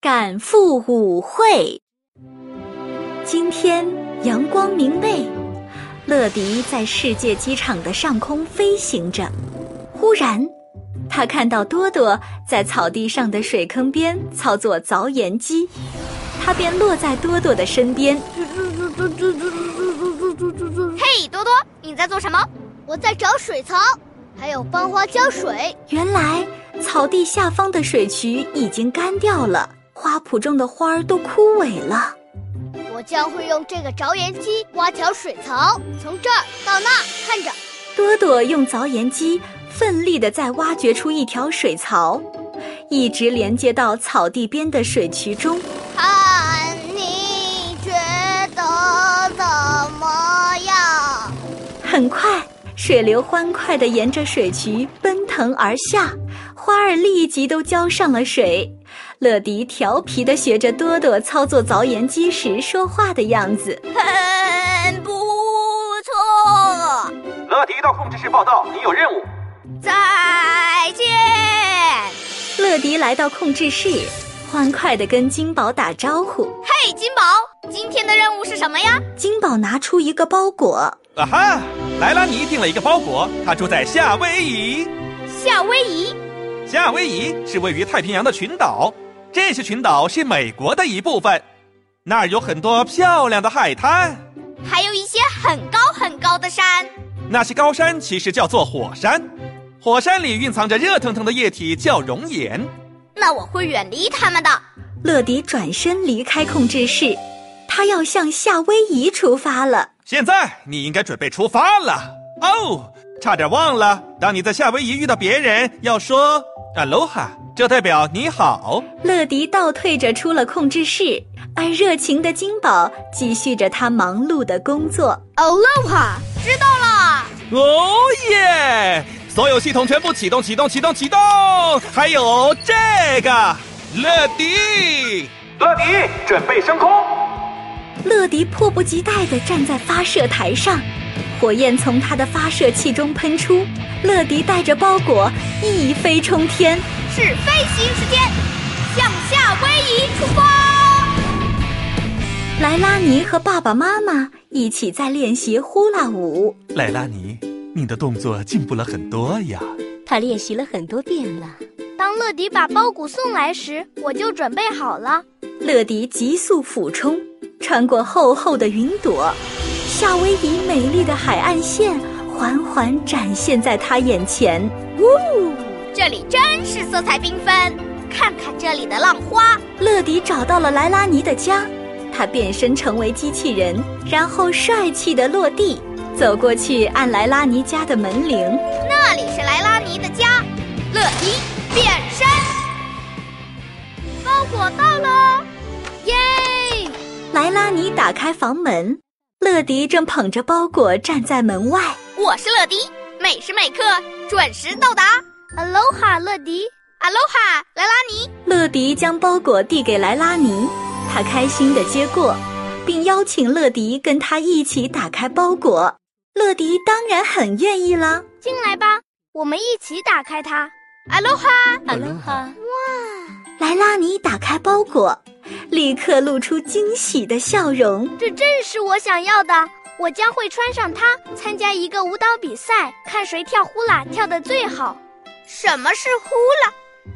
赶赴舞会。今天阳光明媚，乐迪在世界机场的上空飞行着。忽然，他看到多多在草地上的水坑边操作凿岩机，他便落在多多的身边。嘿，多多，你在做什么？我在找水槽，还有帮花浇水。原来，草地下方的水渠已经干掉了，花圃中的花儿都枯萎了。我将会用这个凿岩机挖条水槽，从这儿到那儿，看着。多多用凿岩机奋力地在挖掘出一条水槽，一直连接到草地边的水渠中。看你觉得怎么样？很快，水流欢快地沿着水渠奔腾而下，花儿立即都浇上了水。乐迪调皮地学着多多操作凿岩机时说话的样子。很不错，乐迪到控制室报道，你有任务。再见。乐迪来到控制室，欢快地跟金宝打招呼。嘿，金宝，今天的任务是什么呀？金宝拿出一个包裹，啊哈！莱拉尼订了一个包裹，她住在夏威夷。夏威夷，夏威夷是位于太平洋的群岛，这些群岛是美国的一部分。那儿有很多漂亮的海滩，还有一些很高很高的山。那些高山其实叫做火山，火山里蕴藏着热腾腾的液体，叫熔岩。那我会远离他们的。乐迪转身离开控制室，他要向夏威夷出发了。现在你应该准备出发了。哦，差点忘了，当你在夏威夷遇到别人，要说 “aloha”，这代表你好。乐迪倒退着出了控制室，而热情的金宝继续着他忙碌的工作。 Aloha，知道了，哦耶！所有系统全部启动，启动，启动，启动！还有这个乐迪，乐迪，准备升空。乐迪迫不及待地站在发射台上，火焰从他的发射器中喷出。乐迪带着包裹一飞冲天，是飞行时间，向夏威夷出发。莱拉尼和爸爸妈妈一起在练习呼啦舞。莱拉尼，你的动作进步了很多呀！他练习了很多遍了。当乐迪把包裹送来时，我就准备好了。乐迪急速俯冲，穿过厚厚的云朵，夏威夷美丽的海岸线缓缓展现在他眼前。这里真是色彩缤纷，看看这里的浪花。乐迪找到了莱拉尼的家，他变身成为机器人，然后帅气地落地，走过去按莱拉尼家的门铃。那里是莱拉尼的家，乐迪变身，包裹到了，耶！莱拉尼打开房门，乐迪正捧着包裹站在门外。我是乐迪，每时每刻准时到达。 Aloha，乐迪。阿罗哈，莱拉尼，乐迪将包裹递给莱拉尼，他开心地接过，并邀请乐迪跟他一起打开包裹。乐迪当然很愿意啦。进来吧，我们一起打开它。阿罗哈，阿罗哈，莱拉尼打开包裹，立刻露出惊喜的笑容。这正是我想要的。我将会穿上它，参加一个舞蹈比赛，看谁跳呼啦跳得最好。什么是呼啦？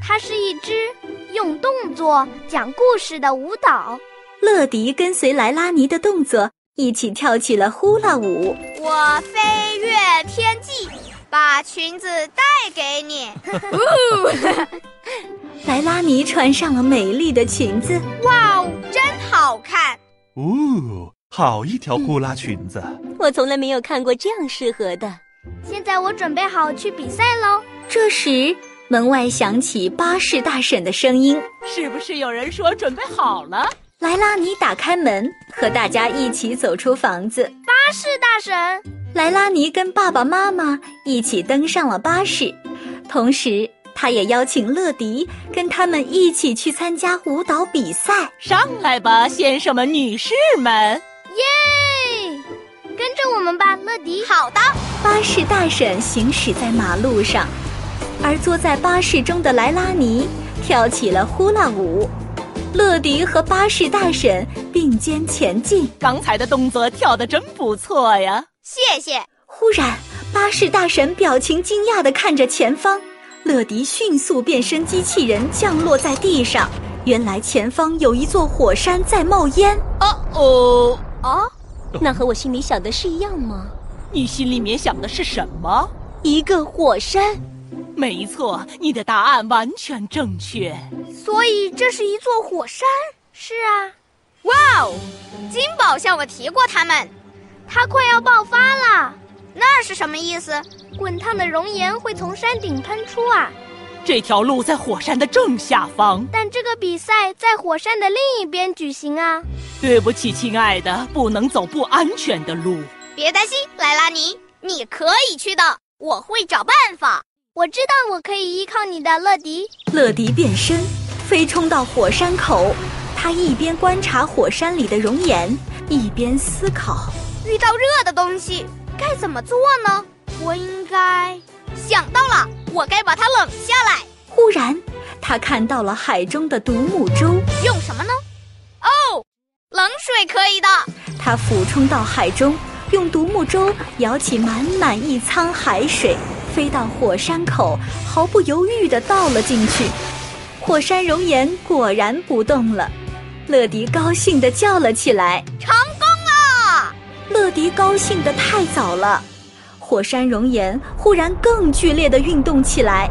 它是一支用动作讲故事的舞蹈。乐迪跟随莱拉尼的动作一起跳起了呼啦舞。我飞越天际，把裙子带给你。莱拉尼穿上了美丽的裙子，哇哦，真好看！哦，好一条呼啦裙子！我从来没有看过这样适合的。现在我准备好去比赛喽。这时门外响起巴士大婶的声音。是不是有人说准备好了？莱拉尼打开门，和大家一起走出房子。巴士大婶，莱拉尼跟爸爸妈妈一起登上了巴士，同时他也邀请乐迪跟他们一起去参加舞蹈比赛。上来吧，先生们、女士们！嘿，跟着我们吧，乐迪。好的，巴士大婶行驶在马路上，而坐在巴士中的莱拉尼跳起了呼啦舞。迪和巴士大婶并肩前进。刚才的动作跳得真不错呀！谢谢。忽然，巴士大婶表情惊讶地看着前方，乐迪迅速变身机器人降落在地上。原来前方有一座火山在冒烟。哦，哦，那和我心里想的是一样吗？你心里面想的是什么？一个火山，没错，你的答案完全正确。所以这是一座火山。是啊，哇哦，金宝向我提过他们，它快要爆发了，那是什么意思？滚烫的熔岩会从山顶喷出啊！这条路在火山的正下方。但这个比赛在火山的另一边举行啊。对不起，亲爱的，不能走不安全的路。别担心，莱拉尼，你可以去的，我会找办法。我知道我可以依靠你的，乐迪。乐迪变身，飞冲到火山口。他一边观察火山里的熔岩，一边思考。遇到热的东西该怎么做呢？我应该……想到了，我该把它冷下来。忽然，他看到了海中的独木舟，用什么呢？哦，冷水可以的。他俯冲到海中，用独木舟舀起满满一舱海水，飞到火山口，毫不犹豫地倒了进去。火山熔岩果然不动了。乐迪高兴地叫了起来。成功了！乐迪高兴得太早了，火山熔岩忽然更剧烈地运动起来，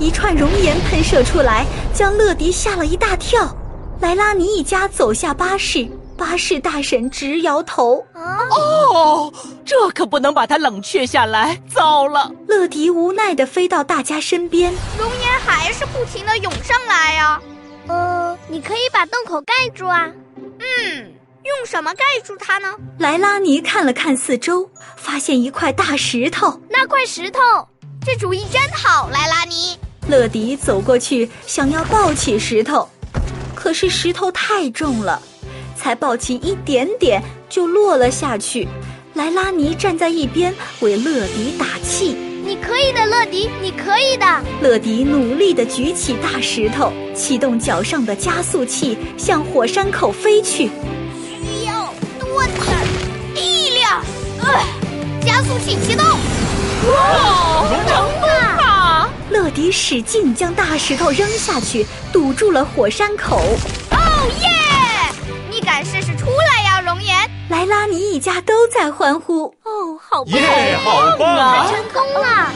一串熔岩喷射出来，将乐迪吓了一大跳。莱拉尼一家走下巴士，巴士大婶直摇头。哦，这可不能把它冷却下来。糟了，乐迪无奈地飞到大家身边，熔岩还是不停的涌上来啊呀、呃，你可以把洞口盖住啊。嗯，用什么盖住它呢？莱拉尼看了看四周，发现一块大石头。那块石头，这主意真好，莱拉尼。乐迪走过去，想要抱起石头，可是石头太重了，才抱起一点点就落了下去。莱拉尼站在一边为乐迪打气，你可以的，乐迪，你可以的。乐迪努力地举起大石头，启动脚上的加速器，向火山口飞去。需要多点力量。呃，加速器启动。成功了！乐迪使劲将大石头扔下去，堵住了火山口。哦耶！你敢试试出来呀，熔岩？莱拉尼一家都在欢呼。哦，好哎棒！耶，好棒啊！成功了，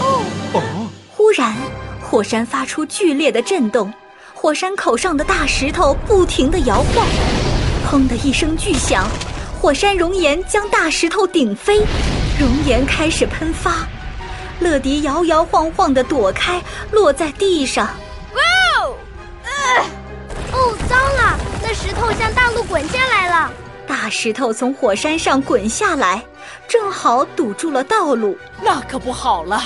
哦，忽然，火山发出剧烈的震动，火山口上的大石头不停地摇晃。砰的一声巨响，火山熔岩将大石头顶飞，熔岩开始喷发。乐迪摇摇晃晃地躲开，落在地上。哦，糟了，那石头向大路滚下来了。大石头从火山上滚下来，正好堵住了道路。那可不好了，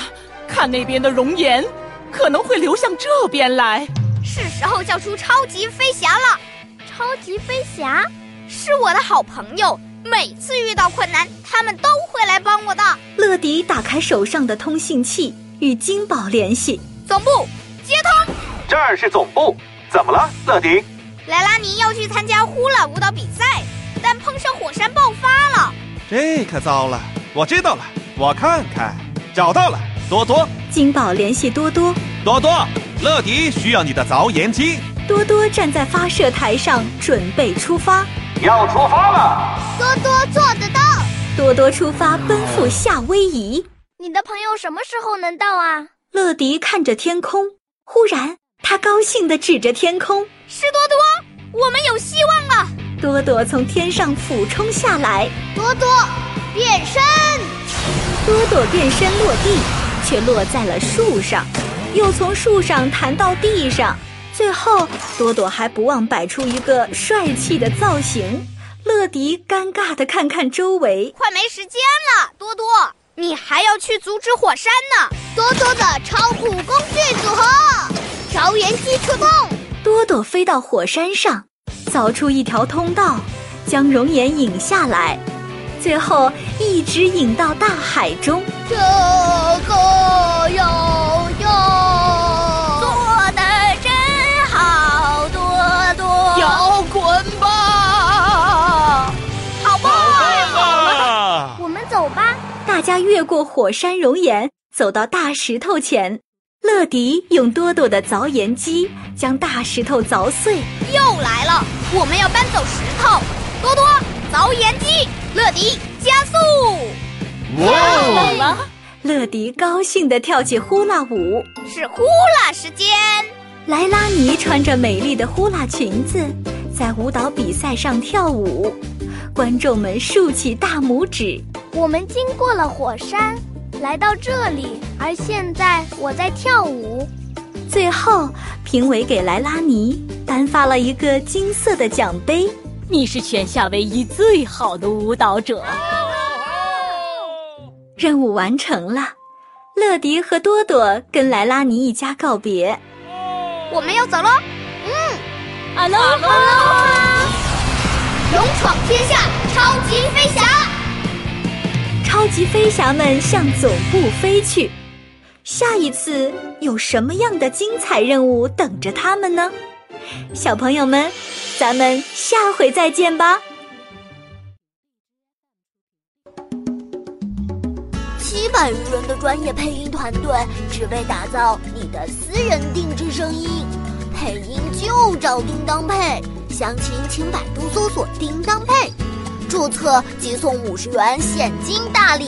看那边的熔岩，可能会流向这边来。是时候叫出超级飞侠了。超级飞侠，是我的好朋友，每次遇到困难，他们都会来帮我的。乐迪打开手上的通信器，与金宝联系。总部接通，这儿是总部，怎么了，乐迪？莱拉尼要去参加呼啦舞蹈比赛，但碰上火山爆发了。这可糟了！我知道了，我看看，找到了，多多，金宝联系多多，多多，乐迪需要你的凿岩机。多多站在发射台上准备出发。要出发了，多多做得到，多多出发奔赴夏威夷。你的朋友什么时候能到啊？乐迪看着天空，忽然他高兴地指着天空。是多多，我们有希望啊了。多多从天上俯冲下来，多多变身，多多变身落地，却落在了树上，又从树上弹到地上。最后，多多还不忘摆出一个帅气的造型。乐迪尴尬地看看周围，快没时间了，多多，你还要去阻止火山呢。多多的超酷工具组合，着岩机出动。多多飞到火山上，凿出一条通道，将熔岩引下来，最后一直引到大海中。这个有用，做的真好，多多哦有家越过火山熔岩，走到大石头前。乐迪用多多的凿岩机将大石头凿碎。又来了，我们要搬走石头。多多，凿岩机，乐迪加速。好了，乐迪高兴地跳起呼啦舞。是呼啦时间，莱拉尼穿着美丽的呼啦裙子，在舞蹈比赛上跳舞。观众们竖起大拇指。我们经过了火山，来到这里，而现在我在跳舞。最后，评委给莱拉尼颁发了一个金色的奖杯。你是全夏威夷最好的舞蹈者。哦任务完成了，乐迪和多多跟莱拉尼一家告别。我们要走喽。啊阿喽哈！勇闯天下，超级飞侠。超级飞侠们向总部飞去。下一次有什么样的精彩任务等着他们呢？小朋友们，咱们下回再见吧。七百余人的专业配音团队，只为打造你的私人定制声音。配音就找叮当配，详情请百度搜索“叮当配”，注册即送五十元现金大礼。